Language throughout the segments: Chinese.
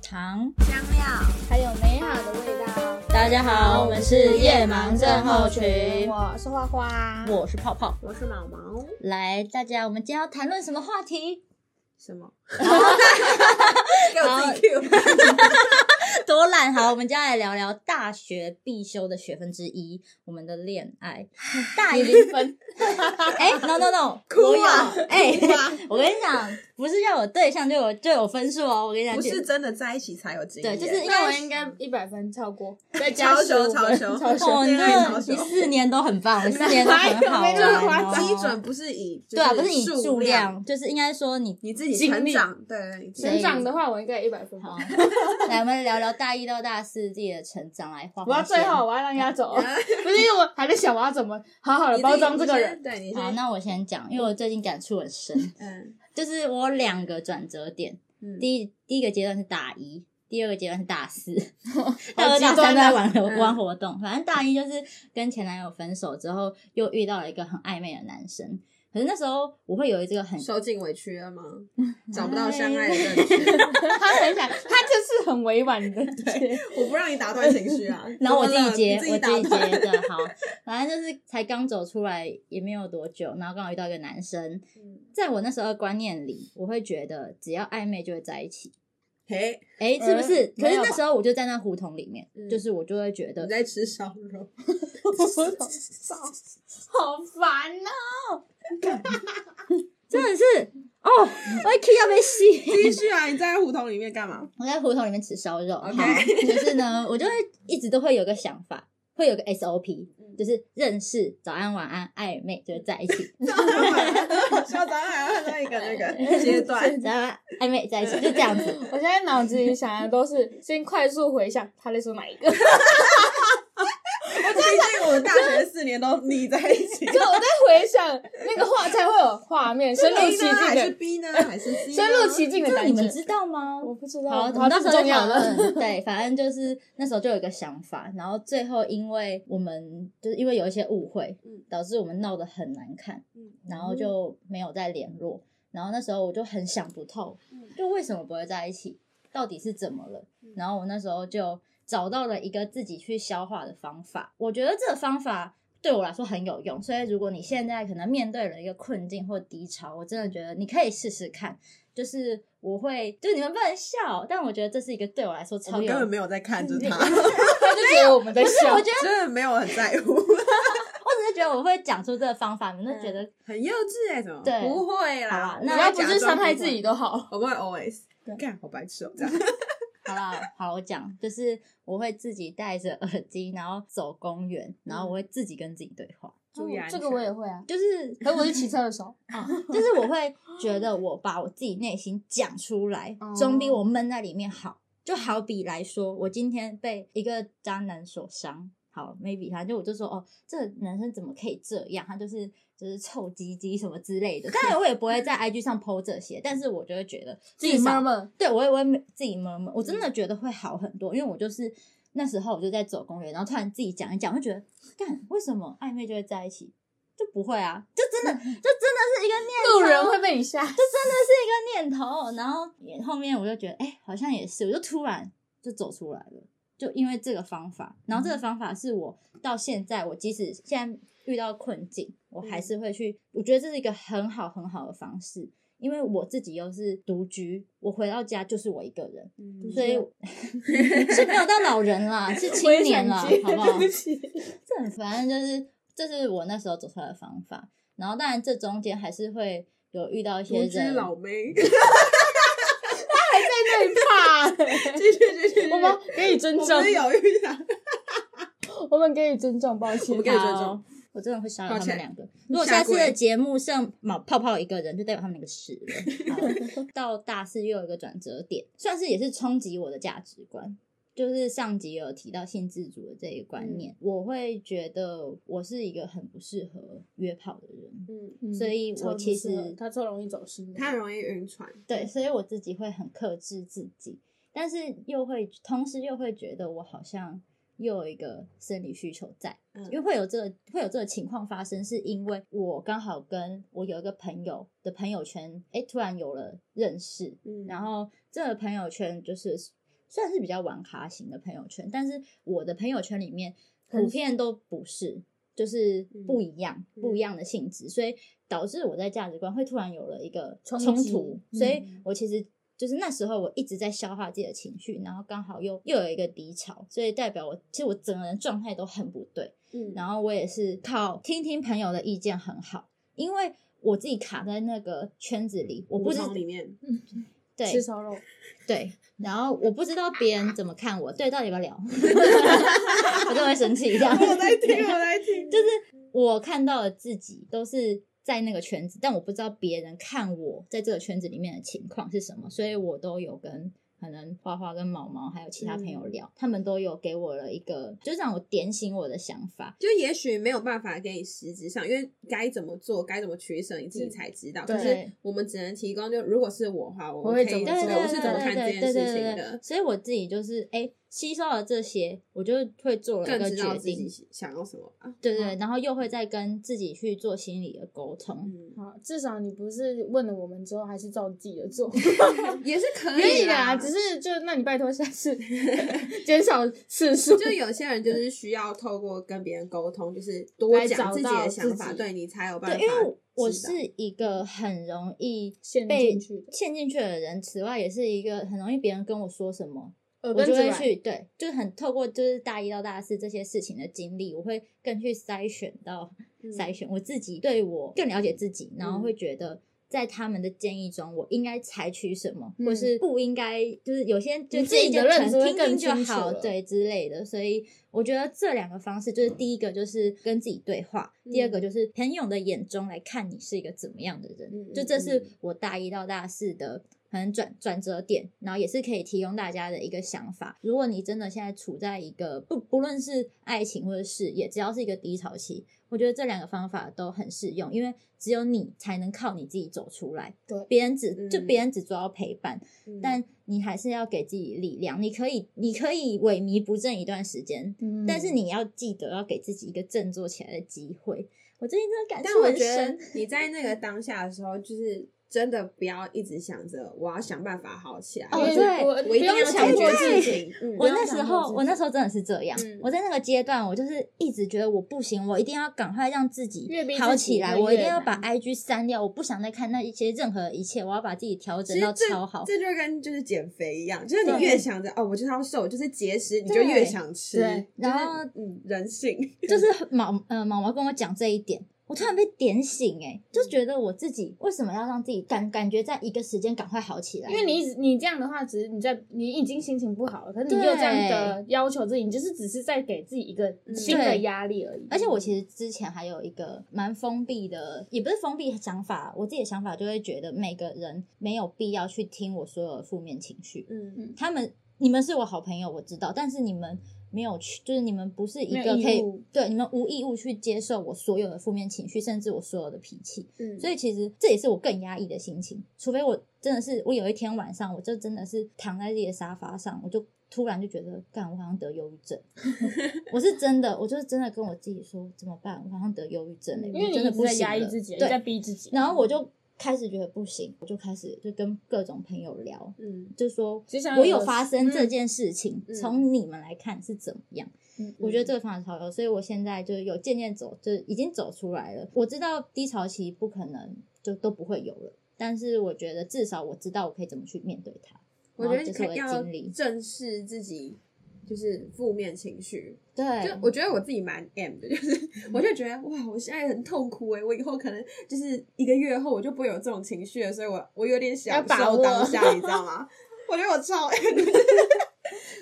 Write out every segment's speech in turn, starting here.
长，香料，还有美好的味道。大家好，我们是夜盲症候群，我是花花。我是泡泡。我是毛毛，来，大家，我们今天要谈论什么话题？ 什么？给我自己 Q。多懒好，我们今天来聊聊大学必修的学分之一，我们的恋爱。大一零分， 哎、n o no no，哭啊我有哎、哭啊 我跟你讲，不是要有对象就有就有分数哦，我跟你讲，不是真的在一起才有经验，对就是那我应该一百分超过，再加超15熟超分熟超熟 哦，你恋这个爱超你熟四年都很 棒，我四年都很好哪有没那么玩夸哦。张基准不是以对啊，不是以就数量，量，就是应该说你你自己经成历长，对，你自己成长的话，我应该一百分吧。好。 来，我们聊聊大一到大四自己的成长，来画。我要最后，。我要让人家走，不是因为我还在想我要怎么好好的你包自己装这个你人。先对，你好，先那我先讲，因为我最近感触很 深，嗯就是我两个转折点。嗯，第一第一个阶段是大一，第二个阶段是大 四，大好二极大三端都啊在玩活、嗯玩活动。反正大一就是跟前男友分手之后，又遇到了一个很暧昧的男生。可是那时候我会有这个很受尽委屈了吗？找不到相爱的哎感觉，他很想，他就是很委婉的，对，我不让你打断情绪啊。 然后我怎自么己了接，你自我己自己打断。接的好，反正就是才刚走出来也没有多久，然后刚好遇到一个男生，嗯在我那时候的观念里，我会觉得只要暧昧就会在一起，嘿，诶，是不是？嗯可没是有那吧时候我就在那胡同里面，嗯就是我就会觉得你在吃烧肉，好烦呐、真的是哦，我一 K 要被吸。继续啊！你在胡同里面干嘛？ 我在胡同里面吃烧肉 OK 好可是呢，我就会一直都会有个想法，会有个 SOP，就是嗯认识、早安、晚安、暧昧，就是在一起，小张还要那个那 个阶段，早安、暧昧在一起，就这样子。我现在脑子里想的都是先快速回想他在说哪一个，毕竟我们大学四年都腻在 一起。就我在回想那个画才会有画面，深入 A 其呢还是境 B 呢？还是 C？的，呢深入其境的这个感你觉。们知道吗？我不知道，好，我好们到时候这再不重要讨了。 论。对，反正就是那时候就有一个想法，然后最后因为我们就是因为有一些误会嗯，导致我们闹得很难看，嗯然后就没有再联络。然后那时候我就很想不透，就为什么不会在一起，到底是怎么了？然后我那时候就找到了一个自己去消化的方法，我觉得这个方法。对我来说很有用，所以如果你现在可能面对了一个困境或低潮，我真的觉得你可以试试看。就是我会，就是你们不能笑，但我觉得这是一个对我来说我超们有根 本没有在看着他，他就觉得我们在不是，笑我，觉得真的没有很在乎， 我只是觉得我会讲出这个方法，你们嗯就觉得很幼稚哎，怎么？对不会好啦啦，只那要不是伤害自己，都 好。我不会 always 对。干，好白痴哦，这样。 好啦，好，我讲，就是我会自己戴着耳机，然后走公园，然后我会自己跟自己对话，哦嗯注意安全这个我也会啊，就是可我是骑车的时候，啊， 就是我会觉得我把我自己内心讲出来，哦总比我闷在里面好。就好比来说，我今天被一个渣男所伤，好，maybe 他就我就说哦，这个男生怎么可以这样？他就是就是臭鸡鸡什么之类的。当然我也不 会在 IG 上 po 这些，但是我就会觉得自己嗯慢慢慢。慢，对我也我也自己摸摸，我真的觉得会好很多，因为我就是那时候我就在走公园，然后突然自己讲一讲，我就觉得干为什么暧昧就会在一起，就不会啊，就真嗯的就真的是一个念头，路人会被你 吓。就真的是一个念头，然后也后面我就觉得哎、好像也是，我就突然就走出来了。就因为这个方法，然后这个方法是我到现在，我即使现在遇到困境，我还是会去。我觉得这是一个很好很好的方式，因为我自己又是独居，我回到家就是我一个人，嗯所以是没有到老人 啦，是青年啦，我也好想接不好？对不 起，这很烦，就是这是我那时候走出来的方法。然后当然这中间还是会有遇到一些独居人，老 妹，在那 里继续继续。怕。我们给予尊我重们，有遇到，我们给予尊重，抱我歉们。给予尊重好。我真的会杀了抱他歉们两个。如果下下次跪的节目剩毛泡泡一个人，就代表他们两个死 了。好到大四又有一个转折点，算是也是冲击我的价值观。就是上集有提到性自主的这一个观嗯念，我会觉得我是一个很不适合约炮的人，嗯，嗯所以我其实超不适合他超容易走心的，他容易晕船。对，所以我自己会很克制自己，但是又会同时又会觉得我好像又有一个生理需求在，嗯因为会有这个会有这个情况发生，是因为我刚好跟我有一个朋友的朋友圈，哎，突然有了认识，嗯然后这个朋友圈就是算是比较玩咖型的朋友圈，但是我的朋友圈里面普遍都不是，就是不一样、嗯不一样的性质，所以导致我在价值观会突然有了一个冲冲击突，嗯所以我其实。就是那时候我一直在消化自己的情绪，然后刚好又又有一个低潮，所以代表我其实我整个人状态都很不对。嗯然后我也是靠听听朋友的意见很好，因为我自己卡在那个圈子里，我不胡知同里 面，对吃烧肉，对，然后我不知道别人怎么看我，对，到底要不要聊， 我就会生气这样。 我在听，啊我在听，就是 我看到的自己都是在那个圈子，但我不知道别人看我在这个圈子里面的情况是什么，所以我都有跟可能花花跟毛毛还有其他朋嗯友聊，他们都有给我了一个，就让我点醒我的想法。就也许没有办法给你实质上，因为该怎么做，该怎么取舍，你自嗯己才知道。对可是我们只能提供，就如果是我的话，我我会可以怎对么对做我对是怎么看这件对对事对情对对的，所以我自己就是哎、诶吸收了这些，我就会做了一更个知道决自定己，想要什么啊吧。对对，对嗯然后又会再跟自己去做心理的沟通。嗯，好，至少你不是问了我们之后，还是照自己的做，也是可 可以啦。只只是是就那你拜托下次 减少次数， 就有些人就是需要透过跟别人沟通，就是多来讲找自己到的想自法，己对你才有办对，法因知道。为我是一个很容易 陷被进去的陷进去的人，此外也是一个很容易别人跟我说什么，我耳根就子会软。去对，就是很透过就是大一到大四这些事情的经历，我会更去筛选到嗯筛选我自己，对我更了解自己，然嗯后会觉得。在他们的建议中，我应该采取什么，嗯或是不应该，就是有些就你自自己己就的认听知会听就更清楚好，了对之类的。所以我觉得这两个方式，就是第一个就是跟自己对话，第二嗯个就是朋友的眼中来看你是一个怎么样的人。嗯就嗯这是嗯我大一到大四的可能转转折点，然后也是可以提供大家的一个想法。如果你真的现在处在一个不不论是爱情或者事业，只要是一个低潮期，我觉得这两个方法都很适用，因为只有你才能靠你自己走出来。对别人只就嗯别人只抓到陪伴，嗯但你还是要给自己力量。你可以，你可以萎靡不振一段时间，嗯但是你要记得要给自己一个振作起来的机会。我最近真的感但触我很觉得深，你在那个当下的时候，就是真的不要一直想着我要想办法好起来，哦因为对我我一定要不用解强迫决自事己，情。嗯我不要那强时迫候，自我那己时候真的是这样。嗯我在那个阶段，我就是一直觉得我不行，我一定要赶快让自己越逼自好己起来，会我一越定要难把 IG 删掉，我不想再看那一些任何一切，我要把自己调其整实到这超好。这就跟就是减肥一样，就是你对越想着哦，我就是要瘦，就是节食，你就对越想吃。对就是然后嗯，人性。就是毛呃毛毛跟我讲这一点，我突然被点醒、欸，就嗯觉得我自己为什么要让自己感感觉在一个时间赶快好起来？ 因为你一直你这样的话，只是你在你已经心情不好了，可是你对嗯又这样的要求自己，你就是只是在给自己一个新的对压力而已。而且我其实之前还有一个蛮封闭的，也不是封闭的想法，我自己的想法就会觉得每个人没有必要去听我所有的负面情绪。嗯，他们你们是我好朋友，我知道，但是你们没有去，就是你们不是一个没有义可以务对你们无义务去接受我所有的负面情绪，甚至我所有的脾气。嗯所以其实这也是我更压抑的心情，除非我真的是我有一天晚上，我就真的是躺在自己的沙发上，我就突然就觉得，干，我好像得忧郁 症。我是真的，我就是真的跟我自己说怎么办，我好像得忧郁症了、因为我你真的一直不在行压抑了自己，你在对。逼自己，然后我就开始觉得不行，我就开始就跟各种朋友聊，嗯，就说只想要我有有发生这嗯件事情嗯，从、你们来看是怎么样？嗯我觉得这个方法超有，所以我现在就有渐渐走，就已经走出来了。我知道低潮期不可能就都不会有了，但是我觉得至少我知道我可以怎么去面对它。我觉然得后这你是可我以的要经历，正视自己，就是负面情绪。就对，我觉得我自己蛮 M 的，就是 我就觉得哇，我现在很痛苦哎、我以后可能就是一个月后我就不会有这种情绪了，所以我我有点享要把受握当下，你知道吗？ 我觉得我超 M，的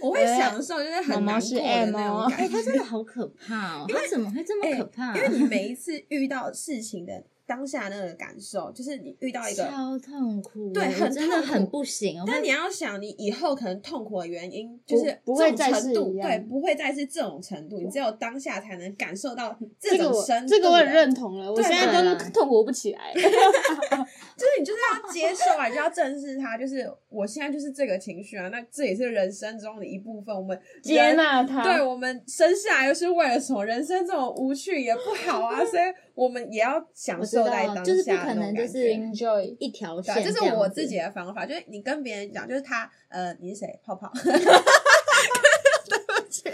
我会享受就是很毛难毛是过的 M 那哦种哎、感觉他，真的好可怕哦！他怎么会这么哎可怕、 哦因为你每一次遇到事情的当下那个感受，就是你遇到一个。超痛苦，对我很真的痛苦很不行。我但会你要想，你以后可能痛苦的原因就是不不会这种再程是度，一样对，不会再是这种程度，你只有当下才能感受到这嗯这个种我深度啊这个我很的认同了，我对现在对都啦痛苦不起来。就是你就是要接受啊，你就要正视它。就是我现在就是这个情绪啊，那这也是人生中的一部分。我们接人，纳它，对我们生下来又是为了什么？人生这种无趣也不好啊，所以我们也要享受我知道在当下，就是不可能就是 enjoy 一条对线啊，这样这子，是我自己的方法，就是你跟别人讲，就是他，呃，你是谁？泡泡，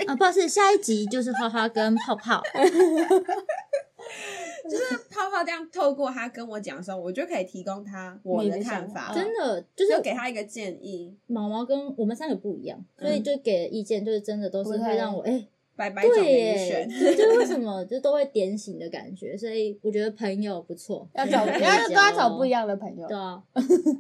啊，不好意思，下一集就是花花跟泡泡，就是泡泡这样透过他跟我讲的时候，我就可以提供他我你的的看想法 嗯法，真的就就是给他一个建议，毛毛跟我们三个不一样，所以嗯就给的意见就是真的都是不太会让我哎，百百种对给你耶，选。 就是为什么就都会点醒的感觉，所以我觉得朋友不错，要 找，可以要都要找不一交样的朋友对。 啊，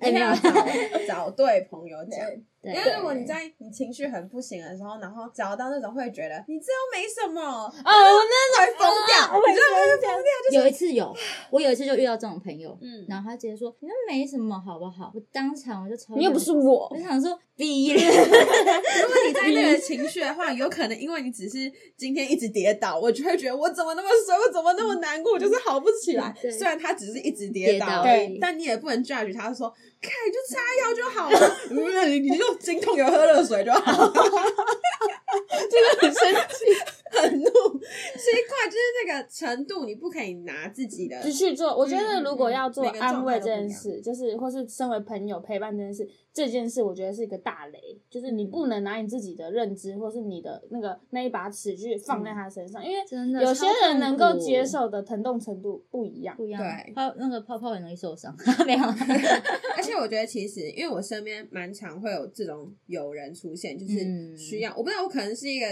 哎一定没有要啦，找找对朋友讲，因对为如果你在你情绪很不行的时候，然后找到那种会觉得你这又没什么，哦，那会疯掉，你知道吗？有一次有，我有一次就遇到这种朋友，嗯，然后他直接说你那没什么好不好？我当场我就超你又不生气是我我，想说，逼如果你在那个情绪的话，有可能因为你只是今天一直跌倒，我就会觉得我怎么那么衰，我怎么那么难过，我就是好不起来。嗯对虽然他只是一直跌跌倒倒而而已，已，但你也不能 judge 他说，看你就擦药就好了， 嗯你你就经痛有喝热水就好了。这个很生气。很怒，所以快就是那个程度，你不可以拿自己的只去做，我觉得嗯如果要做每个状态安慰这都件不一样事，就是或是身为朋友陪伴这件事，这件事我觉得是一个大雷，就是你不能拿你自己的认知或是你的那个那一把尺去放在他身上，因为真的有些人能超够痛苦接受的疼痛程度不一样。不一样，对泡那个泡泡很容易受伤， 没有 啦，而且我觉得，其实因为我身边蛮常会有这种友人出现，就是嗯需要，我不知道，我可能是一个，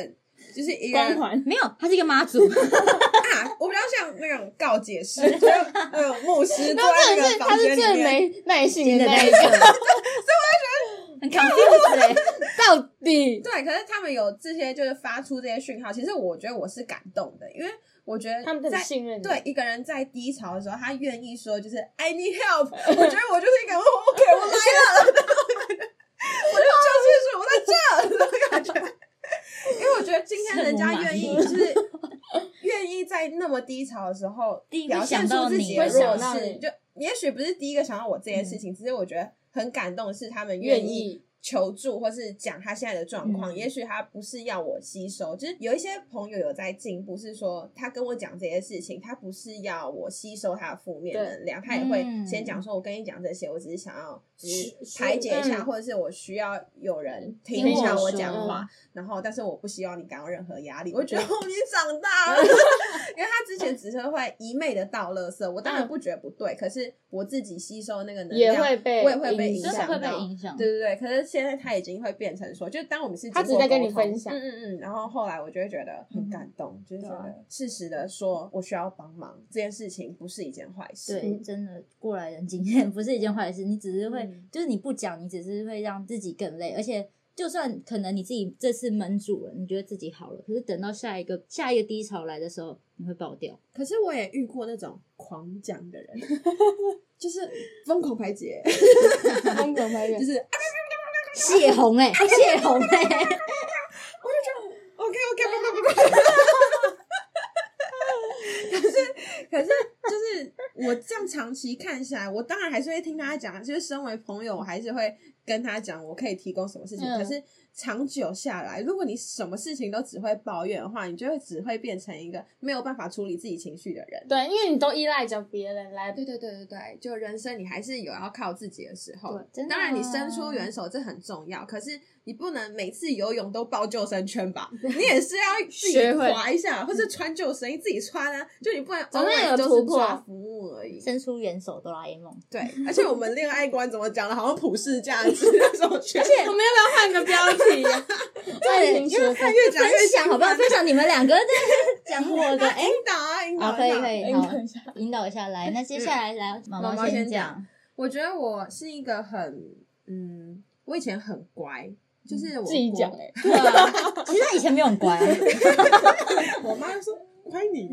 就是一个光环，没有，他是一个妈 祖，啊，我比较像那种告解师，就是那种牧师坐那真的是在那个他房是间里最面。没耐心的那那一 一个，个，所以我就觉得很 confused 欸到底对，可是他们有这些，就是发出这些讯号。其实我觉得我是感动的，因为我觉得他们在很信任你。对，一个人在低潮的时候，他愿意说就是 I need help，我觉得我就是一个 OK，我来了，我就救世主，我在这那种感觉。因为我觉得今天人家愿意，就是愿意在那么低潮的时候第一个表现想出到自你己的会弱想到势，你嗯就也许不是第一个想到我这件事情，只是我觉得很感动，是他们愿愿意意求助或是讲他现在的状况，嗯也许他不是要我吸收，就是有一些朋友有在进步，是说他跟我讲这些事情，他不是要我吸收他的负面对能量，他也会嗯先讲说，我跟你讲这些，我只是想要只是是排解一下，嗯或者是我需要有人听听一下我我说讲话，然后但是我不希望你感到任何压力，我觉得我已经长大了，因为他之前只是会一昧的倒垃圾，我当然嗯不觉得不对，可是我自己吸收那个能也量会被我也会被影真的 响会被到影响，对对对，可是现在他已经会变成说，就是当我们是他经只过在跟沟你通分享嗯嗯嗯嗯。然后后来我就会觉得很感动，就是觉对啊得适时的说我需要帮忙这件事情不是一件坏事。对，嗯真的过来人经验 不是一件坏事，你只是会、嗯就是你不讲，你只是会让自己更累，而且就算可能你自己这次闷住了，你觉得自己好了，可是等到下一个下一个低潮来的时候，你会爆掉。可是我也遇过那种狂讲的 人，就是疯狂排解，风格排就是泄洪哎、泄洪哎、 OK OK，不不不不。可是，可是，就是我这样长期看下来，我当然还是会听他讲。就是身为朋友，我还是会跟他讲我可以提供什么事情。嗯可是长久下来，如果你什么事情都只会抱怨的话，你就会只会变成一个没有办法处理自己情绪的人。对，因为你都依赖着别人来对对对对对，就人生你还是有要靠自己的时候对。啊真的当然，你伸出援手这很重要，可是你不能每次游泳都抱救生圈吧？你也是要自己学会划一下，或者穿救生衣自己穿啊。就你不能总要 always 有都突是破抓服务而已。伸出援手，哆啦 A 梦。 对，而且我们恋爱观怎么讲的，好像普世价值那种圈，而且我们要不要换个 标题呀、爱情学分越讲分越啊享好不好？分享你们两个在 讲我的哎引，导啊，引导好，可以引导可以，引好导一下，引导一下来。那接下来来毛毛毛毛先先讲，我觉得我是一个很，嗯，我以前很乖，就是我自己国讲哎、对啊，其实他以前没有很乖，啊 我妈就说乖你，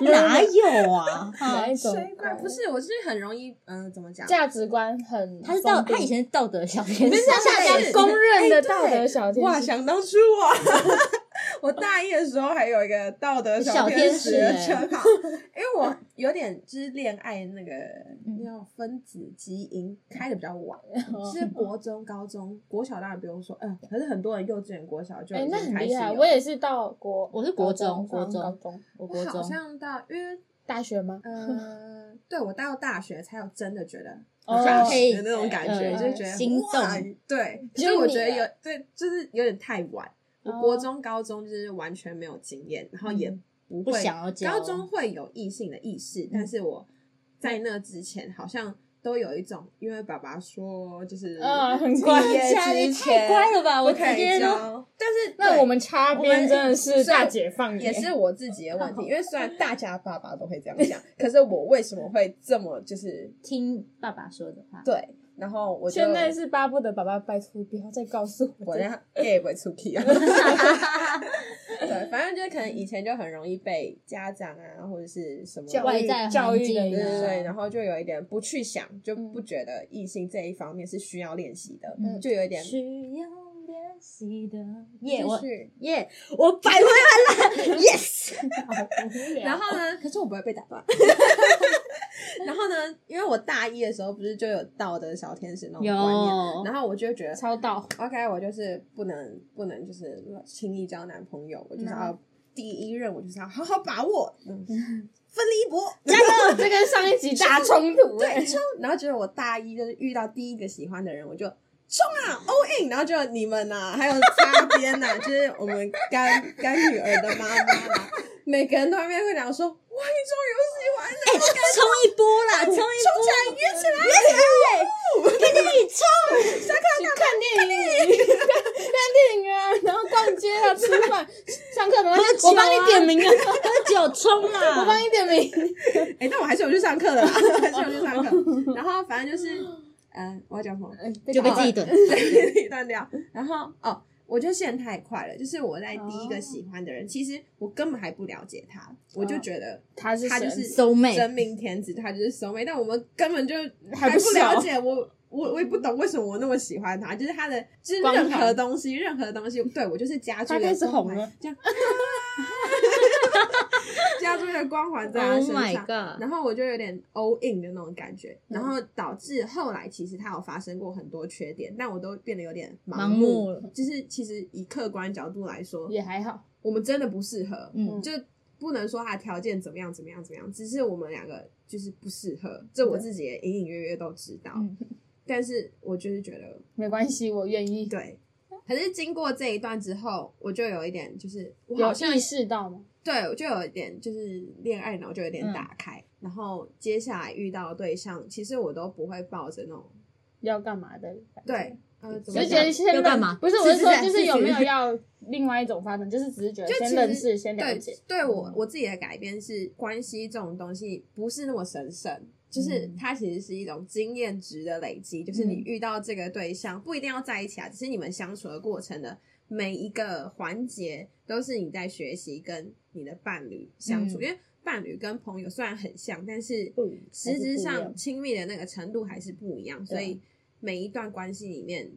哪有啊？哪一种谁乖？ 不是，我是很容易，嗯、怎么讲？价值观很他是道，封闭他以前是道德小天不使是，哎他现在现是在公认哎的对道德小天哇，使，想当初我， 我大一的时候还有一个道德天的称号， 因为我有点就是恋爱那个嗯那种分子基因开的比较晚，就是嗯国中、高中、国小当然不用说，嗯，可是很多人幼稚园、国小就哎、已经那很开始厉害，有我也是到国，我是国中，中国高中中，我国我好中像到因为。大学吗？嗯，对我到大学才有真的觉得哦上可以学的那种感觉，呃就是觉得心哇动对，就所以我你觉得有了对，就是有点太晚。我哦国中、高中就是完全没有经验，然后也嗯不不会。想要交高中会有异性的意识，但是我在那之前好像都有一种，因为爸爸说就是嗯，很乖乖。真的假的毕业你之太前乖了吧！我不直可以接都交，但是那对我们擦边们真的是虽然大解放耶，也是我自己的问题，因为虽然大家爸爸都会这样想，可是我为什么会这么就是听爸爸说的话。对？然后我就现在是巴不得爸爸拜托不要再告诉我 我这个，让 gay 不出 去啊。对，反正就是可能以前就很容易被家长啊或者是什么教外育在环教育境的对影对响对，啊然后就有一点不去想，就不嗯觉得异性这一方面是需要练习的，嗯就有一点需要练习的耶，就我哎是。耶，我百回 完了，yes。然然后后呢？可是我不会 被打断。然后呢？因为我大一的时候不是就有道德小天使那种有观念，然后我就觉得超到 OK，我就是不能不能就是轻易交男朋友，我就是那要第一任，我就是要好好把握，嗯，奋力一搏。这跟 上一集大冲突哎对，，冲！然后结果我大一就是遇到第一个喜欢的人，我就冲啊，all in！然后就你们呐、还有擦边呐、 就是我们干干女儿的妈妈啦，每个人都在那边会讲说，哇，你终于有喜欢的，哎，冲一波啦，冲一 冲起波！来，约起来，跟着你冲，去看电影，看电影啊，然后逛街啊，吃饭，上课没关系，我帮酒啊你点，名啊，喝酒冲啊啦！我帮你点名， 哎、但我还是有去上课的 啦，还是有去上课。然后反正就是，呃，我要讲什么？就被打自己等。 对，断掉。然后哦，我就陷太快了，就是我在第哦一个喜欢的人，其实我根本还不了解他，我嗯就觉得他是他就神是收妹真命天子，他就是收妹，但我们根本就 还还不不了熟解我。我我也不懂为什么我那么喜欢他，就是他的，就是光任何环东西，任何东西，对我就是家族他的开始光红环了，这样， 家族的光环在他 Oh 身 my 上。 god！然后我就有点 all in 的那种感觉，嗯然后导致后来其实他有发生过很多缺点，但我都变得有点盲目。目了，就是其实以客观角度来说，也还好，我们真的不适合，嗯，就不能说他的条件怎么样怎么样怎么样，只是我们两个就是不适合，这我自己也隐隐约约都知道。嗯但是我就是觉得没关系，我愿意。对，可是经过这一段之后，我就有一点就是我有好像意识到吗？对，我就有一点就是恋爱脑就有点嗯打开，然后接下来遇到的对象，其实我都不会抱着那种要干嘛的？对，呃，怎么直就觉得接讲？先认要干嘛不是，我是说，试试看 就是有没有试试要另外一种发展，就是只是觉得就先其认实识、先了对解。， 对我我自己的改变是，关系这种东西不是那么神圣，就是嗯它其实是一种经验值的累积，就是你嗯遇到这个对象不一定要在一起啊，只是你们相处的过程的每一个环节都是你在学习跟你的伴侣相处，嗯因为伴侣跟朋友虽然很像，但是不一还实是质不一上样啊亲密的那个程度还是不一样，所以每一段关系里面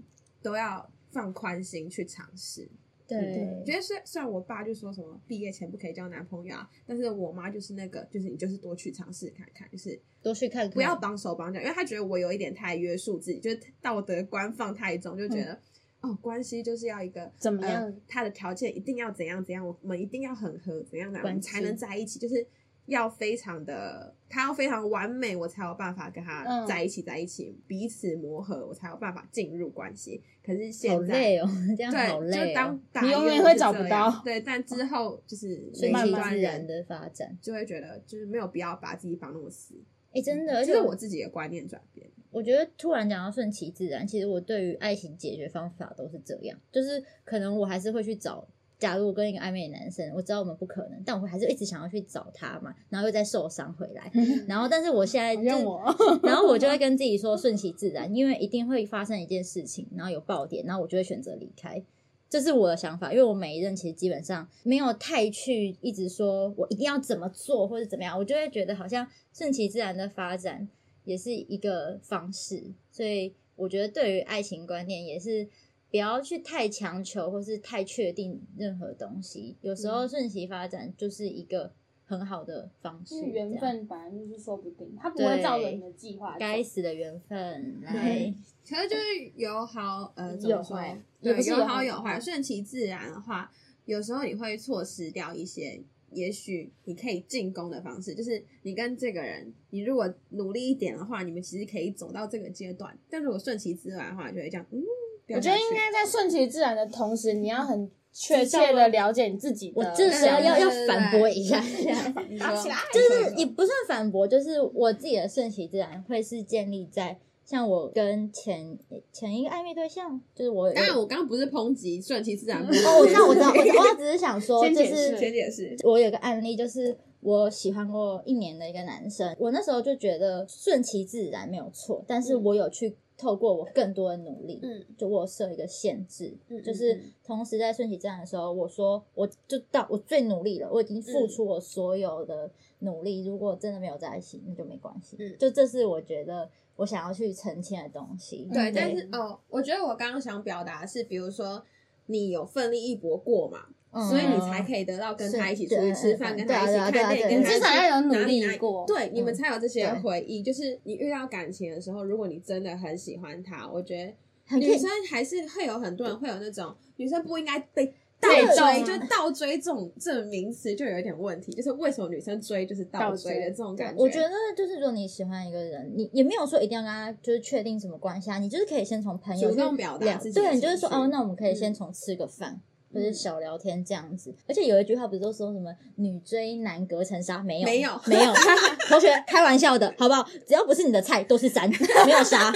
都要放宽心去尝试。对我觉得虽虽然我爸就说什么毕业前不可以交男朋友啊，但是我妈就是那个，就是你就是多去尝试看看，就是多去看看，不要绑手绑脚，因为她觉得我有一点太约束自己，就是道德观放太重，就觉得、哦，关系就是要一个嗯怎么样呃，他的条件一定要怎样怎样，我们一定要很合怎样的，我关们系才能在一起，就是要非常的，他要非常完美，我才有办法跟他嗯在一起，在一起彼此磨合，我才有办法进入关系。可是现好在累哦， 这样好对，累就哦当，大你一永远我会是找这不样到哦对，但之后就是所以每慢一其慢段自然人的发展。就会觉得就是没有必要把自己绑那么死。哎，真的，而且这是我自己的观念转变。我觉得突然讲到顺其自然，其实我对于爱情解决方法都是这样，就是可能我还是会去找。假如我跟一个暧昧的男生，我知道我们不可能，但我还是一直想要去找他嘛，然后又再受伤回来，嗯然后但是我现在好就像我 然后我 就会跟自己说顺其自然，因为一定会发生一件事情，然后有爆点，然后我就会选择离开。这是我的想法，因为我每一任其实基本上没有太去一直说我一定要怎么做或者怎么样，我就会觉得好像顺其自然的发展也是一个方式，所以我觉得对于爱情观念也是不要去太强求或是太确定任何东西，有时嗯候顺其发展就是一个很好的方式就是，这缘样分，本来就是说不定，他不会照着你的计划走。该死的缘分来。可是就是有好呃，怎么有说好？也对不，是有有好好有坏，顺其自然的话，有时候你会错失掉一些也许你可以进攻的方式，就是你跟这个人，你如果努力一点的话，你们其实可以走到这个阶段。但如果顺其自然的话，就会这样，嗯，掉我觉下得去应该在顺其自然的同时，你要很确切的了解你自己的。我这时候要要对对对反驳一下 下，你打起说来哦就是也不算反驳，就是我自己的顺其自然会是建立在像我跟前前一个暧昧对象，就是我有当然，我刚刚不是抨击顺其自然，不是哦，我知道我知道我 知道，我只是想说，先就解释是先解释，我有个案例，就是我喜欢过一年的一个男生，我那时候就觉得顺其自然没有错，但是我有去透过我更多的努力，嗯，就我有设一个限制，嗯就是嗯嗯同时在顺其自然的时候，我说我就到我最努力了，我已经嗯付出我所有的努力，如果真的没有在一起，那就没关系，嗯就这是我觉得我想要去澄清的东西，对，嗯但是哦，我觉得我刚刚想表达的是，比如说你有奋力一搏过嘛，嗯所以你才可以得到跟他一起出去吃饭，是跟他一起对啊看对啊电对影，啊跟他一至起少要有哪努里哪力里过。对，你们嗯才有这些对回忆。就是你遇到感情的时候，如果你真的很喜欢他，我觉得很可女以生还是会有很多人会有那种女生不应该被倒对追，对就倒追这种这种名词就有一点问题，就是为什么女生追就是倒倒追的追这种对感我觉得就是，如果你喜欢一个人，你也没有说一定要跟他就是确定什么关系啊，你就是可以先从朋友主动去表达聊自己的对，你就情是说绪哦，那我们可以嗯先从吃个饭。或嗯者小聊天这样子，而且有一句话不是都说什么“女追男隔层纱”？没有，没有没有， 同学开玩笑的，好不好？只要不是你的菜，都是山， 没有纱。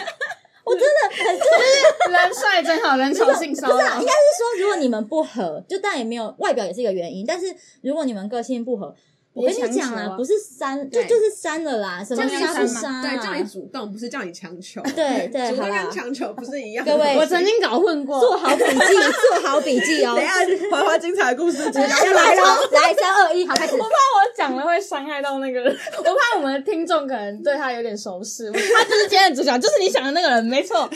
我真的很就是人啊帅真好，人丑性骚不是啊，扰应。该是说，如果你们不合，就当然也没有外表也是一个原因，但是如果你们个性不合，我跟别你强讲求啦，啊不是删，就对就是删了啦，什么这样杀不删杀、啊？对，叫你主动，不是叫你强求。对 对主动好啦跟强求不是一样的各吗。位我曾经搞混过，做好笔记，做好笔记 哦等。一下，花花精彩的 故事即将先来喽，来三二一，好开始我。怕我讲了会伤害到那个人，我怕我们的听众可能对他有点熟识。他就是今天的主角，就是你想的那个人，没错。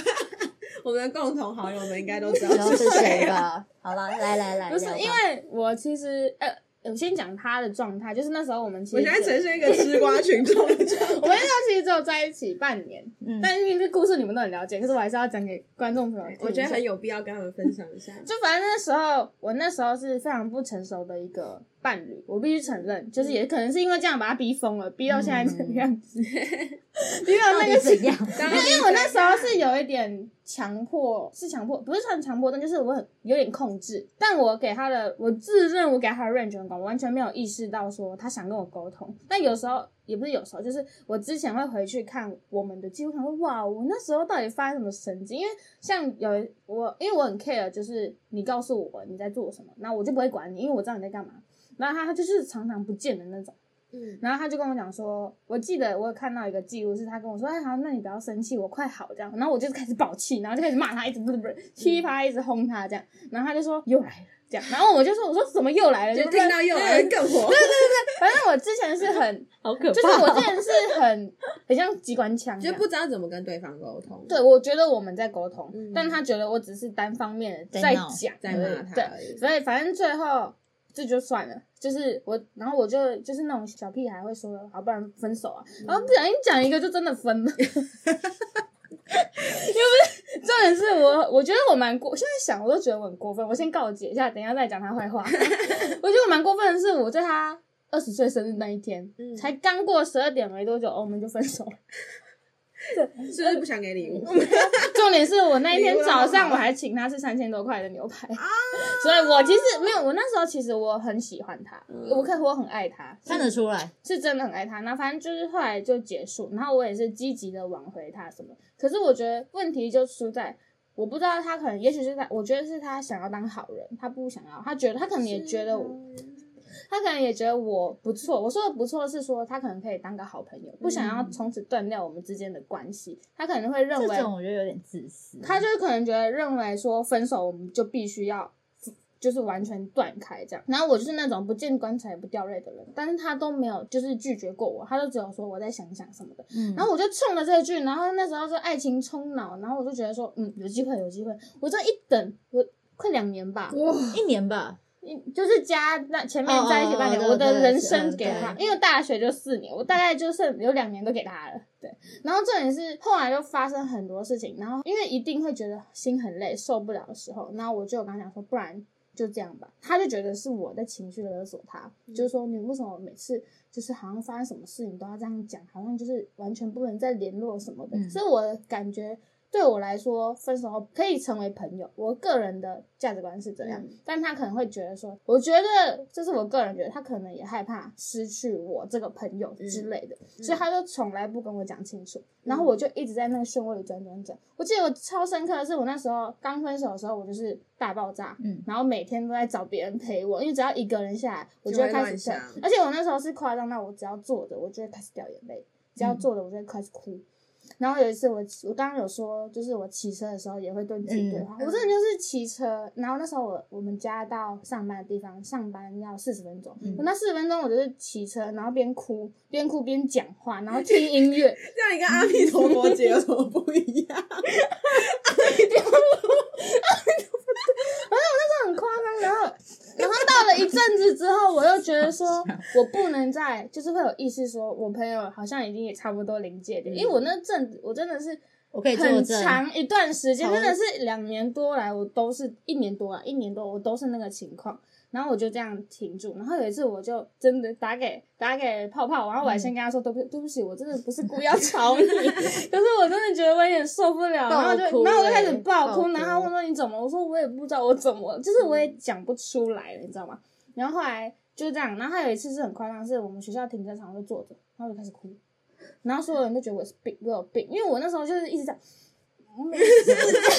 我们的共同好友们应该都知不知道道是谁谁吧？吧？好了，来来来，不是聊吧因为我其实呃，我先讲他的状态，就是那时候我们其实我现在呈现一个吃瓜群众的状态。我们那时候其实只有在一起半年，嗯但因为这故事你们都很了解，可是我还是要讲给观众朋友听一下。我觉得很有必要跟他们分享一下。就反正那时候，我那时候是非常不成熟的一个伴侣，我必须承认，嗯就是也可能是因为这样把他逼疯了，逼到现在这个样子， 逼到嗯到那底个怎样？当没有，因为我那时候是有一点强迫，是强迫，不是算强迫，但就是我很有点控制。但我给他的，我自认我给他的 range 很广，我完全没有意识到说他想跟我沟通。但有时候也不是有时候，就是我之前会回去看我们的记录，想说哇，我那时候到底发什么神经？因为像有我，因为我很 care，就是你告诉我你在做什么，那我就不会管你，因为我知道你在干嘛。然后他他就是常常不见的那种。嗯，然后他就跟我讲说，我记得我有看到一个记录，是他跟我说，哎，好，那你不要生气，我快好这样。然后我就开始爆气，然后就开始骂他，一直不是不是，噼里啪啦一直轰他这样。然后他就说又来了这样，然后我就说，我说怎么又来了？就听到又来对更火。反正我之前是 很， 好可哦就是我之前是很很像机关枪这 就样，不知道怎么跟对方沟通，对，我觉得我们在沟通，嗯但他觉得我只是单方面的在在闹讲，在骂对他，而已。所以反正最后这就算了，就是我，然后我就就是那种小屁孩会说的，好，不然分手啊，然后不小心讲一个就真的分了。因为 不是重点是我，我觉得我蛮过，现在想我都觉得我很过分。我先告解一下，等一下再讲他坏话。我 觉得我蛮过分的是，我在他二十岁生日那一天，嗯才刚过十二点没多久，哦，我们就分手了。是不是不想给礼物？重点是我那一天礼物都早弄好上我还请他吃三千多块的牛排， 所以我其实没有，我那时候其实我很喜欢他，我可以我很爱他， 看得出来，是真的很爱他。那反正就是后来就结束，然后我也是积极的挽回他什么。可是我觉得问题就出在，我不知道他可能，也许是他，我觉得是他想要当好人，他不想要，他觉得他可能也觉得我，啊他可能也觉得我不错。我说的不错是说他可能可以当个好朋友，不想要从此断掉我们之间的关系。他可能会认为这种我觉得有点自私。他就是可能觉得认为说分手我们就必须要就是完全断开这样，然后我就是那种不见棺材不掉泪的人，但是他都没有就是拒绝过我，他就只有说我再想想什么的，嗯，然后我就冲了这句，然后那时候是爱情冲脑，然后我就觉得说嗯有机会有机会，我这一等我快两年吧，哇，一年吧，一就是加那前面在一起半年，哦哦哦我的对人对生给他，对因为大学就四年，我大概就剩有两年都给他了。对，然后重点是后来就发生很多事情，然后因为一定会觉得心很累，受不了的时候，然后我就有跟他讲说，不然就这样吧。他就觉得是我在情绪勒索他，嗯就是说你为什么每次就是好像发生什么事你都要这样讲，好像就是完全不能再联络什么的。嗯所以我感觉对我来说，分手后可以成为朋友，我个人的价值观是这样。嗯但他可能会觉得说，我觉得这是我个人觉得，他可能也害怕失去我这个朋友之类的，所以他就从来不跟我讲清楚。然后我就一直在那个漩涡里转转转。我记得我超深刻的是，我那时候刚分手的时候，我就是大爆炸，嗯然后每天都在找别人陪我，因为只要一个人下来，我就就会会开乱始想想，而且我那时候是夸张到我只要坐着，我就会开始掉眼泪，只要坐着我就会开始哭。然后有一次我我刚刚有说，就是我骑车的时候也会对自己对话，嗯我真的就是骑车，然后那时候我我们家到上班的地方上班要四十分钟，嗯我那四十分钟我就是骑车，然后边哭边哭边讲话，然后听音乐，这样你跟阿弥陀佛节有什么不一样？ 很夸张。然后，然后到了一阵子之后，我又觉得说，我不能再，就是会有意识说，我朋友好像已经也差不多临界点，因为我那阵子我真的是我可以作很证，长一段时间，好真的是两年多来，我都是一年多啊，一年多我都是那个情况。然后我就这样停住，然后有一次我就真的打给打给泡泡，然后嗯我还先跟他说、对不对不起，我真的不是故意要吵你， 可是我真的觉得我有点受不了，然后爆就哭然后我就欸开始爆爆哭，哭嗯然后他问说你怎么，我说我也不知道我怎么了，就是我也讲不出来了，你知道吗？然后后来就这样，然后还有一次是很夸张，是我们学校停车场就坐着，然后我就开始哭，然后所有人都觉得我是病，我有病，因为我那时候就是一直在，我没事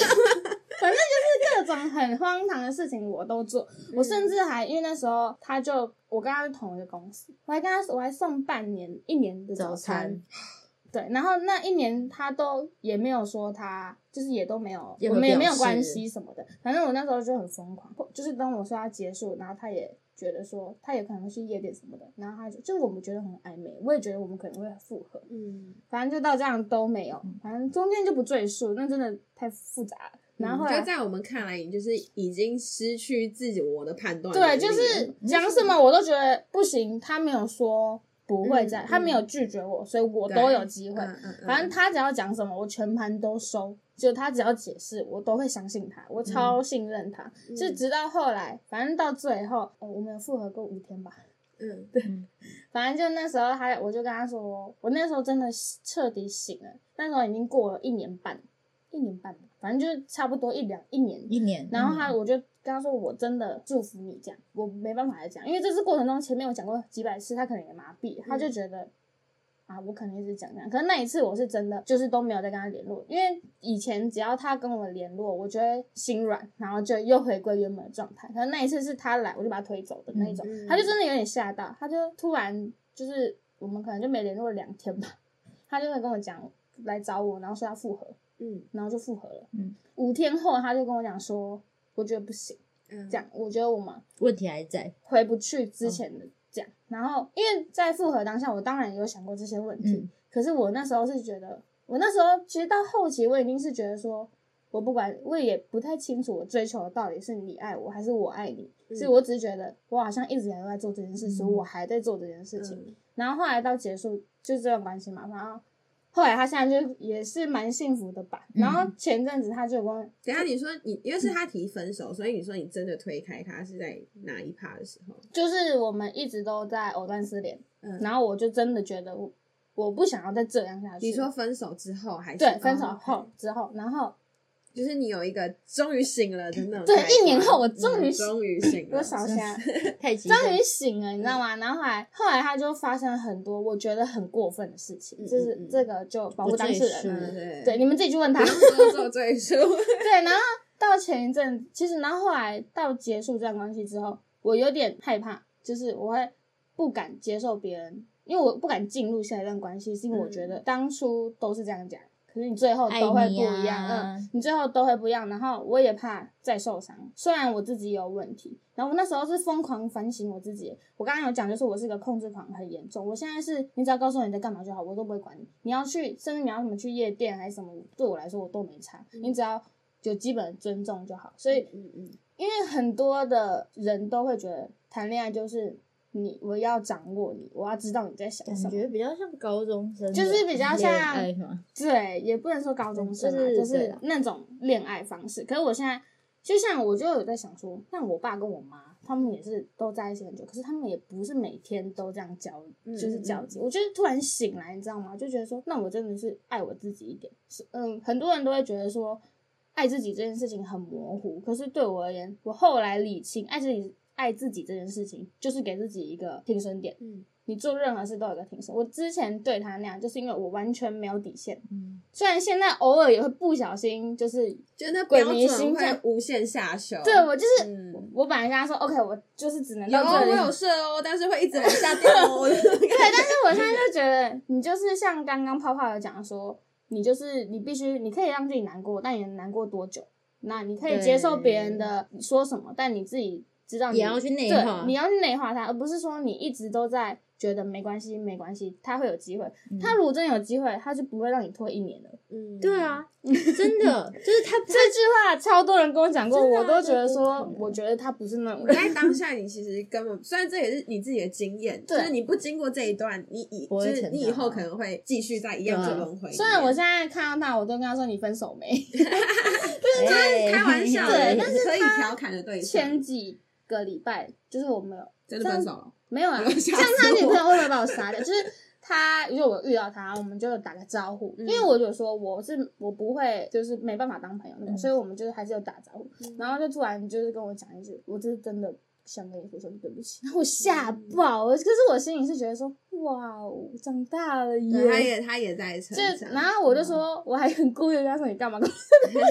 反正就是各种很荒唐的事情我都做，嗯我甚至还因为那时候他就我跟他是同一个公司，我还跟他我还送半年一年的早早餐餐，对，然后那一年他都也没有说他就是也都没有，也没有我们也没有表示关系什么的。反正我那时候就很疯狂，就是当我说要结束，然后他也觉得说他也可能会去夜店什么的，然后他就就是我们觉得很暧昧，我也觉得我们可能会复合，嗯，反正就到这样都没有，反正中间就不赘述，那真的太复杂了。然后后来就在我们看来，你就是已经失去自己我的判断能对，力就是讲什么我都觉得不行，他没有说不会再，嗯他没有拒绝我，所以我对都有机会。嗯嗯嗯反正他只要讲什么，我全盘都收。就他只要解释，我都会相信他，我嗯超信任他。就直到后来，反正到最后，哦我们有复合过五天吧。嗯，反正就那时候他，我就跟他说，我那时候真的彻底醒了。那时候已经过了一年半，一年半吧，反正就是差不多一两一年一年，然后他，嗯我就跟他说，我真的祝福你这样，我没办法再讲，因为这次过程中前面我讲过几百次，他可能也麻痹，他就嗯觉得、啊，我可能一直讲这样。可是那一次我是真的就是都没有再跟他联络，因为以前只要他跟我联络，我就会心软，然后就又回归原本的状态。可是那一次是他来，我就把他推走的那一种，嗯嗯他就真的有点吓到，他就突然就是我们可能就没联络了两天吧，他就会跟我讲来找我，然后说要复合，嗯然后就复合了。嗯，五天后他就跟我讲说，我觉得不行，嗯，这样我觉得我们问题还在，回不去之前的这样。然后因为在复合当下，我当然有想过这些问题，嗯可是我那时候是觉得，我那时候其实到后期我已经是觉得说。我不管，我也不太清楚，我追求的到底是你爱我还是我爱你，嗯所以我只是觉得我好像一直以来都在做这件事，所以嗯我还在做这件事情。嗯然后后来到结束就这段关系嘛，然后后来他现在就也是蛮幸福的吧。嗯然后前阵子他就跟我等一下你说你，因为是他提分手，所以你说你真的推开他是在哪一趴的时候？就是我们一直都在藕断丝连，嗯然后我就真的觉得我我不想要再这样下去。你说分手之后还是对，分手哦后、 ，OK 之后，然后就是你有一个终于醒了的那种对开始一年后我终于嗯终于醒了，我少瞎， 太急了，终于醒了，你知道嗯吗？然后后来后来他就发生很多我觉得很过分的事情，嗯就是嗯这个就保护不当赘事述人，嗯对 对，你们自己去问不他。用多做赘 述，对，然后到前一阵，其实然后后来到结束这段关系之后，我有点害怕，就是我会不敢接受别人，因为我不敢进入下一段关系，是因为我觉得当初都是这样讲，可是你最后都嗯会爱不你啊一样，嗯，你最后都会不一样。然后我也怕再受伤，虽然我自己有问题，然后我那时候是疯狂反省我自己。我刚刚有讲，就是我是个控制狂很严重，我现在是你只要告诉我你在干嘛就好，我都不会管你。你要去，甚至你要什么去夜店还是什么，对我来说我都没差，嗯你只要。有基本的尊重就好。所以，嗯嗯因为很多的人都会觉得谈恋爱就是你，我要掌握你，我要知道你在想感什么。觉比较像高中生的恋爱就嘛，是比较像嘛对，也不能说高中生就啊，是就对是啊那种恋爱方式。可是我现在就像我就有在想说，像我爸跟我妈，他们也是都在一起很久，可是他们也不是每天都这样交，嗯就是交集。我就是突然醒来，你知道吗？就觉得说，那我真的是爱我自己一点。是嗯，很多人都会觉得说，爱自己这件事情很模糊，可是对我而言，我后来理清，爱自己爱自己这件事情，就是给自己一个停损点。嗯，你做任何事都有个停损。我之前对他那样，就是因为我完全没有底线，嗯，虽然现在偶尔也会不小心，就是 就那鬼标迷准心会窍无限下修。对我就是。嗯，我本来跟他说，OK，我就是只能有到哦这啊里。我有射哦，但是会一直往下掉 哦。对，但是我现在就觉得，你就是像刚刚泡泡有讲说，你就是你必须，你可以让自己难过，但你能难过多久？那你可以接受别人的说什么，但你自己知道你也要去内化对，你要去内化它，而不是说你一直都在觉得没关系，没关系，他会有机会。他如果真有机会，他就不会让你拖一年了。嗯，对，啊， 真的就是他 这句话超多人跟我讲过，真的啊我都觉得这不说可，能我觉得他不是那种人。在当下你其实根本，虽然这也是你自己的经验，就对是你不经过这一段，你以不就会是成你长以后啊可能会继续在一样对的啊轮回里面。虽然我现在看到他，我都跟他说：“你分手没？”就是开玩笑的，对你但是可以他调侃的对象前，几个礼拜，就是我没有真的分手了。没有啊，吓像死他女 我朋友会不会把我杀掉？就是他，如果我遇到他，我们就打个招呼，嗯因为我就说我是我不会，就是没办法当朋友那种，嗯所以我们就是还是有打招呼。嗯然后就突然就是跟我讲一句，我这是真的。想跟你说声对不起，然后我吓嗯爆了。可是我心里是觉得说，哇哦，长大了对他耶！也他也在成就长， 然后我就说，我还很故意地跟他说你干嘛跟我对啊，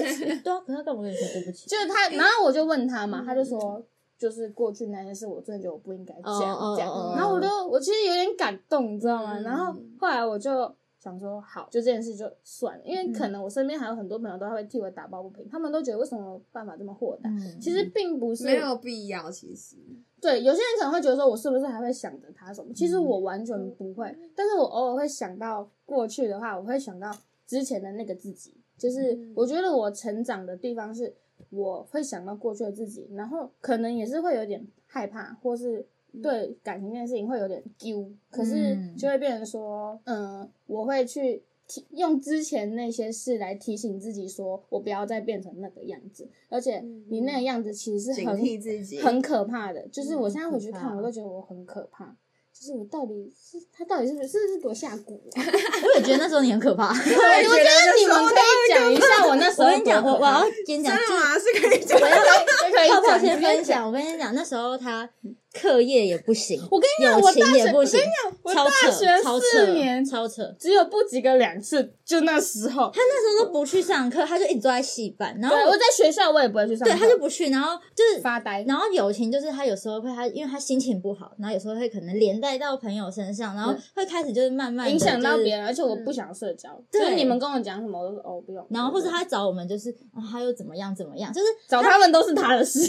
可是他干嘛跟你说对不起？就是他，然后我就问他嘛，他就说，就是过去那些事，我真的觉得我不应该这哦哦样这样哦哦。然后我就我其实有点感动，你知道吗？嗯然后后来我就想说，好，就这件事就算了，因为可能我身边还有很多朋友都会替我打抱不平，他们都觉得为什么我办法这么豁达。嗯，其实并不是没有必要，其实对，有些人可能会觉得说，我是不是还会想着他什么？其实嗯我完全不会，但是我偶尔会想到过去的话，我会想到之前的那个自己。就是嗯我觉得我成长的地方是，我会想到过去的自己，然后可能也是会有点害怕，或是嗯对感情这件事情会有点丢，可是嗯就会变成说，嗯，我会去提用之前那些事来提醒自己，说我不要再变成那个样子，而且你那个样子其实是嗯警很惕自己，很可怕的，就是我嗯现在回去可怕看，我都觉得我很可怕。就是我到底是他到底是不是是不是给我下蛊、 啊？我也觉得那时候你很可 怕。对，我我觉得你们可以讲一下我那时 我候跟你讲，我多可我怕要先真讲，的就是吗？是可以讲我要可以泡泡讲先分。享，我跟你讲，那时候他课业也不行，我跟你讲，友我大情学也不我行跟你讲，嗯我超大学扯，超四扯，年超扯。只有不及格两次，就那时候。他那时候都不去上课，他就一直都在戏班，然后对，我在学校我也不会去上对课，他就不去，然后就是发呆。然后友情就是他有时候会他，因为他心情不好，然后有时候会可能连带到朋友身上，然后会开始就是慢慢地嗯影响到就是嗯别人，而且我不想社交。对就是你们跟我讲什么，我都说哦不用。然后或者他找我们就是啊他又怎么样怎么样，就是找他们都是他的事。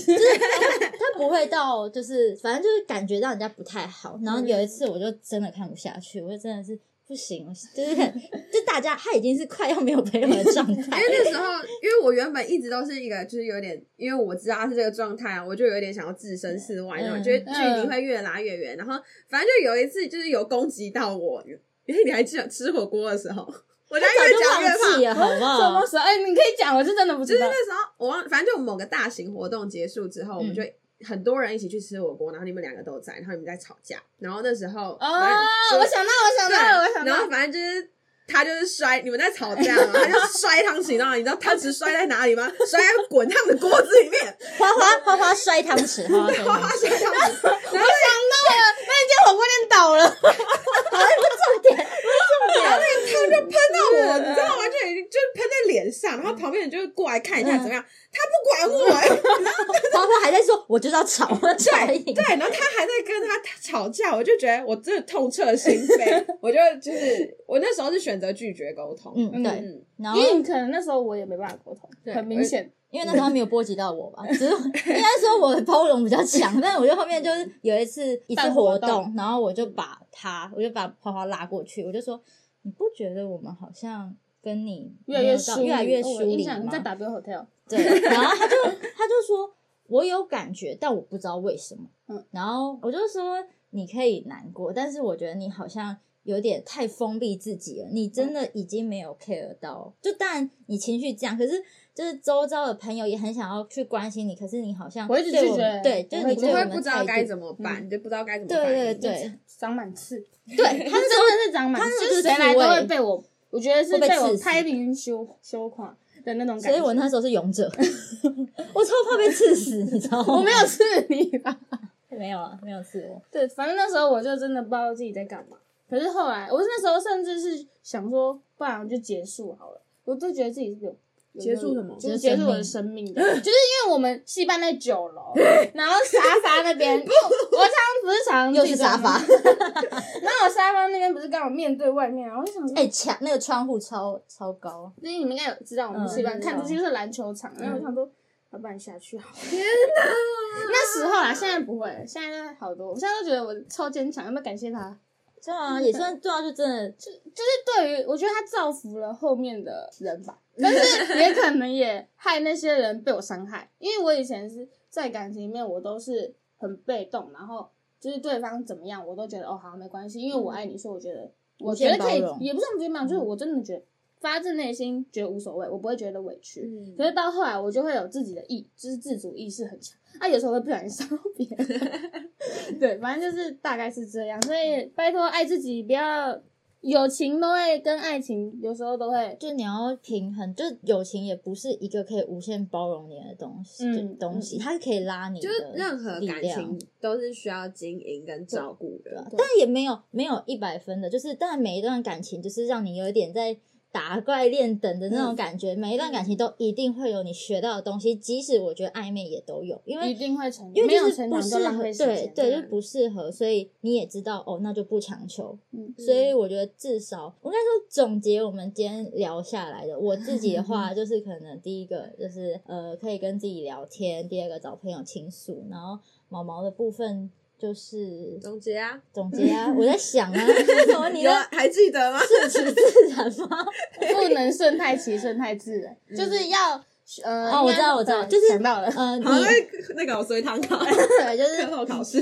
他不会到就是反正就是感觉到人家不太好。然后有嗯一次我就真的看不下去，我就真的是不行，我就是 很就大家他已经是快要没有朋友的状态因，为哎那时候，因为我原本一直都是一个，就是有点，因为我知道他是这个状态啊，我就有点想要置身事外那种，嗯觉得距离会越拉越远。然后，反正就有一次，就是有攻击到我，因为你还记得吃火锅的时候，我就早越讲越就忘怕记。了，好不 什好么？时候？哎、你可以讲，我是真的不就是知道。那时候，我忘，反正就某个大型活动结束之后，我们就很多人一起去吃火锅，然后你们两个都在，然后你们在吵架，然后那时候反正哦，就我想到，我想啊到了，我想然到后了。反正就是他就是摔，你们在吵架嘛，他就摔汤匙，然后你知道汤匙摔在哪里吗？摔在滚烫的锅子里面，花花花花摔汤匙，花花摔哗汤 哗匙。摔汤匙，然后那间火锅店倒 了，他就喷到我，你知道吗？就已经就喷在脸上，然后旁边人就会过来看一下嗯怎么样，他不管我、 欸花花还在说，我就知道吵，我吵对赢。对，然后他还在跟他吵架，我就觉得我真的痛彻心扉，我就就是我那时候是选择拒绝沟通，嗯，对，嗯，然后因为你可能那时候我也没办法沟通，对很明显。因为那时候他没有波及到我吧，只是应该说我的包容比较强，但我就后面就是有一次一次办活活动，动然后我就把他，我就把花花拉过去，我就说，你不觉得我们好像跟你越来没有越到疏离，越来越哦疏我印离象在吗？ W Hotel，对，然后他就他就说，我有感觉，但我不知道为什么。嗯，然后我就说你可以难过，但是我觉得你好像。有点太封闭自己了，你真的已经没有 care 到，就当然你情绪这样，可是就是周遭的朋友也很想要去关心你，可是你好像我一直对拒我们绝对，就是我你会你拒对绝我会们不知道态该度怎么办，你就不知道该怎么对办。对你对长满刺，对，他 他是真的是长满他是刺，就是个谁来刺都猬会被我，我觉得是会被被我刺死拍晕羞羞垮的那种感觉。所以我那时候是勇者， 我超怕被刺死，你知道吗？我没有刺你吧？没有啊，没有刺我。对，反正那时候我就真的不知道自己在干嘛。可是后来，我那时候甚至是想说，不然我就结束好了。我都觉得自己有有结束什么就是结束我的生命的，就是因为我们戏班在九楼，然后沙发那边，因为我常常不是常又是沙发，然后我沙发那边不是刚好面对外面，然后我就想说，哎、墙那个窗户超超高，最近你们应该有知道，我们嗯戏班知道看出去就是篮球场，然后嗯我想说，要不然下去好了。天那时候啦，现在不会了，现在好多，我现在都觉得我超坚强，要不要感谢他？对啊，也算对啊，就真的就是对于我觉得他造福了后面的人吧，但是也可能也害那些人被我伤害，因为我以前是在感情里面我都是很被动，然后就是对方怎么样我都觉得哦好没关系，因为我爱你，所以我觉得我觉得可以嗯无限包容，嗯也不是无限包容，就是我真的觉得发自内心觉得无所谓，我不会觉得委屈。嗯可是到后来，我就会有自己的意，就是自主意识很强。啊，有时候会不小心伤到别人。 对，反正就是大概是这样。所以拜托爱自己，不要友情都会跟爱情有时候都会。就你要平衡，就友情也不是一个可以无限包容你的东西，嗯就东西它是可以拉你的就是任何力感量情都是需要经营跟照顾的。但也没有没有一百分的，就是但每一段感情就是让你有一点在打怪练等的嗯那种感觉，每一段感情都一定会有你学到的东西，即使我觉得暧昧也都有，因一为。定会成长，因为没就有是成不长适就浪合，费时对间。对，就啊不适合，所以你也知道哦，那就不强求。嗯所以我觉得至少，我应该说总结我们今天聊下来的，我自己的 话就是可能第一个就是呃，可以跟自己聊天；第二个找朋友倾诉，然后毛毛的部分就是总结啊，总结 啊，我在想啊，为什么你有在还记得吗？顺其自然吗？ 不能顺太急，顺太自然，就是要嗯呃。哦我应该知道我知道对就是想到了。 呃，你好像那个我随堂考 对，就课是后考试，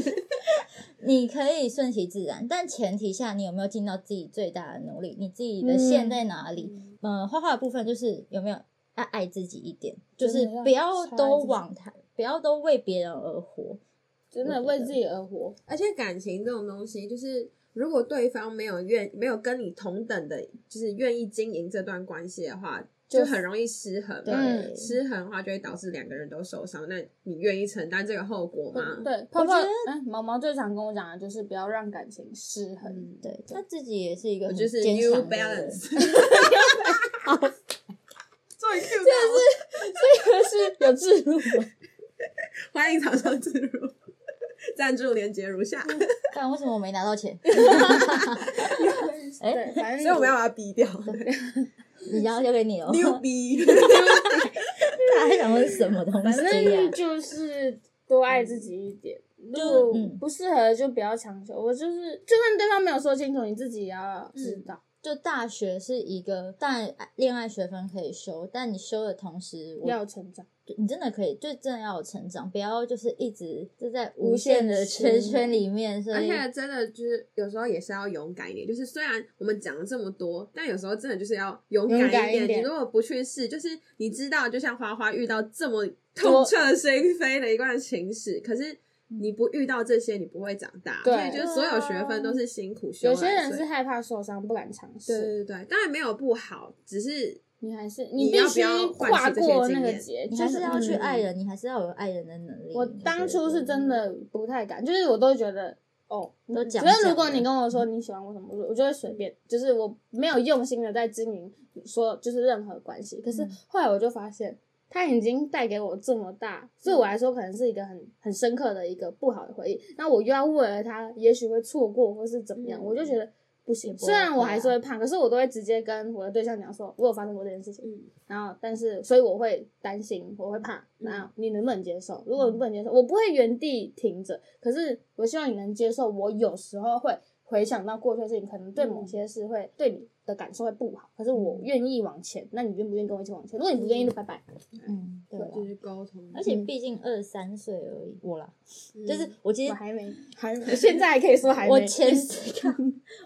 你可以顺其自然，但前提下你有没有尽到自己最大的努力，你自己的线在哪里？嗯，画画的部分就是有没有爱爱自己一点，就是真的要不要超爱都自己往他，不要都为别人而活。真的为自己而活，而且感情这种东西，就是如果对方没有愿没有跟你同等的，就是愿意经营这段关系的话，就很容易失衡对，嘛。嗯失衡的话，就会导致两个人都受伤。那你愿意承担这个后果吗？对泡泡觉得嗯毛毛最常跟我讲的就是不要让感情失衡，嗯，对他自己也是一个我很就是坚 New 强的人。 Balance，终于 Q 是到有自如吗？ 我，欢迎厂商自入， 赞助连接如下，所但为什么我没拿到钱？哎、对，反正以我们要把它逼掉。你要交给你哦。 牛逼！他还想问什么东反西呀、正就是多爱自己一点。就如果嗯不适合就不要强求。我就是，就算对方没有说清楚，你自己也要嗯知道。就大学是一个，但恋爱学分可以修，但你修的同时，我要成长，就你真的可以，就真的要有成长，不要就是一直就在无无限限的期圈圈里面。所而以，且真的就是有时候也是要勇敢一点，就是虽然我们讲了这么多，但有时候真的就是要勇敢勇敢一点你如果不去试，就是你知道，就像花花遇到这么多痛彻心扉的一段情史，可是你不遇到这些，你不会长大。对啊所以就是所有学分都是辛苦修来有的。些人是所以害怕受伤，不敢尝对试。对对对，当然没有不好，只是你还是你必要不须要唤跨起这些过经那个验结，你就还是要去嗯爱人，你还是要有爱人的能力。我当初是真的不太敢，就是我都觉得哦，都讲只是如讲果的你跟我说你喜欢我什么，我就我就会随便，就是我没有用心的在经营说就是任何关系。嗯可是后来我就发现，他已经带给我这么大，对我来说可能是一个很很深刻的一个不好的回忆。那我又要为了他，也许会错过或是怎么样，嗯我就觉得。不也行，不虽然我 OK 还是啊会怕，可是我都会直接跟我的对象讲说，我有发生过这件事情，嗯，然后，但是，所以我会担心，我会怕。那嗯你能不能接受？如果你不能接受，我不会原地停着。可是，我希望你能接受，我有时候会回想到过去的事情，可能对嗯某些事会对你的感受会不好。可是，我愿意往前。那你愿不愿意跟我一起往前？如果你不愿意，就拜拜。嗯，对啦就是沟通，而且嗯毕竟二三岁而已，我啦，嗯就是我其我实还没，还没，现在还可以说 还没。我前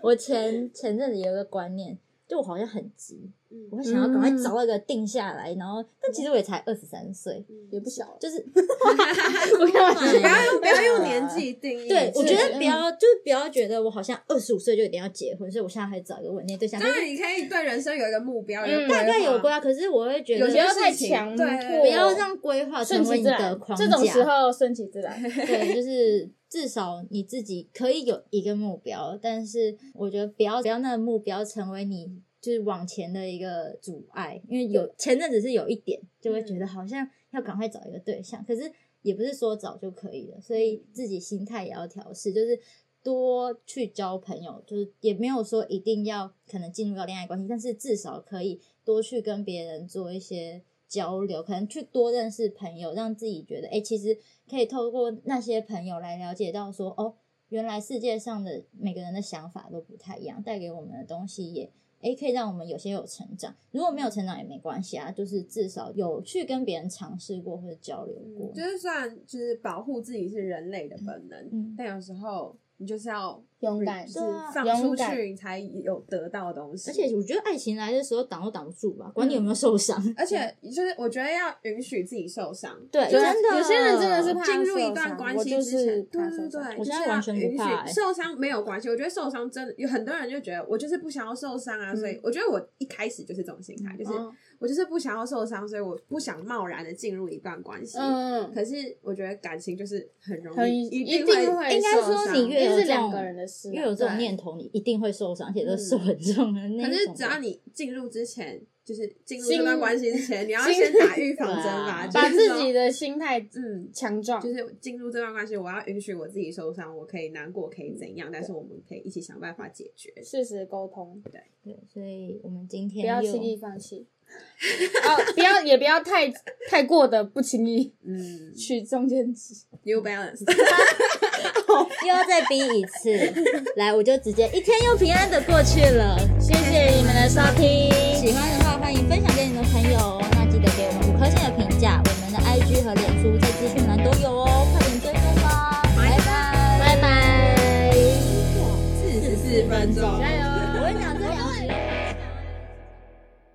我前前阵子有一个观念，就我好像很急，嗯我会想要赶快找到一个定下来，然后但其实我也才二十三岁，也不小了，就是不 要对不要用不要用年纪定义，对，我觉得嗯不要，就是不要觉得我好像二十五岁就一定要结婚，所以我现在还找一个稳定对象。当但然是你可以对人生有一个目标，有嗯规大概有划规划，可是我会觉得有不些要事太情强对迫，不要让规划顺成为其你自然的。框架。这种时候顺其自 然， 对，就是至少你自己可以有一个目标，但是我觉得不要不要那个目标成为你就是往前的一个阻碍，因为有前阵子是有一点，就会嗯觉得好像要赶快找一个对象，可是也不是说找就可以了，所以自己心态也要调试，就是。多去交朋友，就是也没有说一定要可能进入到恋爱关系，但是至少可以多去跟别人做一些交流，可能去多认识朋友，让自己觉得，哎、其实可以透过那些朋友来了解到说，哦，原来世界上的每个人的想法都不太一样，带给我们的东西也，哎、可以让我们有些有成长。如果没有成长也没关系啊，就是至少有去跟别人尝试过或者交流过。嗯就是虽然就是保护自己是人类的本能，嗯但有时候你就是要勇敢就是对啊放出勇敢去，你才有得到的东西。而且我觉得爱情来的时候挡都挡不住吧，管你有没有受伤。而且嗯就是啊我觉得要允许自己受伤，对就是真的有些人真的是怕进入一受段伤关我系就之是前，怕对受对伤对，我就是现在要完全不允许怕欸受伤没有关系。我觉得受伤真的有很多人就觉得我就是不想要受伤啊，嗯所以我觉得我一开始就是这种心态，哦就是嗯我就是不想要受伤，所以我不想贸然的进入一段关系。嗯，可是我觉得感情就是很容很易，一定会会应该受说伤你越有因为这是两种个人的事啊，因为有这种对嗯念头，你一定会受伤，而且都受很重的那可一是种。只要你进入之前，就是进入心这段关系之前，你要先打预防针吧，对啊就是把自说 己的心态嗯。强壮就。是进入这段关系，我要允许我自己受伤，我可以难过，可以怎样，但是我们可以一起想办法解决。适时沟通，对，所以我们今不天要又轻易放弃，哦，不要也不要太太过的不轻易嗯取中间值。 ，New Balance，又要再逼一次， 来，我就直接一天又平安的过去了。谢谢你们的收听。喜欢的话，欢迎分享给你的朋友哦。那记得给我们五颗星的评价，我们的 IG 和脸书在资讯栏都有哦，快点追踪吧，拜拜，拜拜。四十四分钟。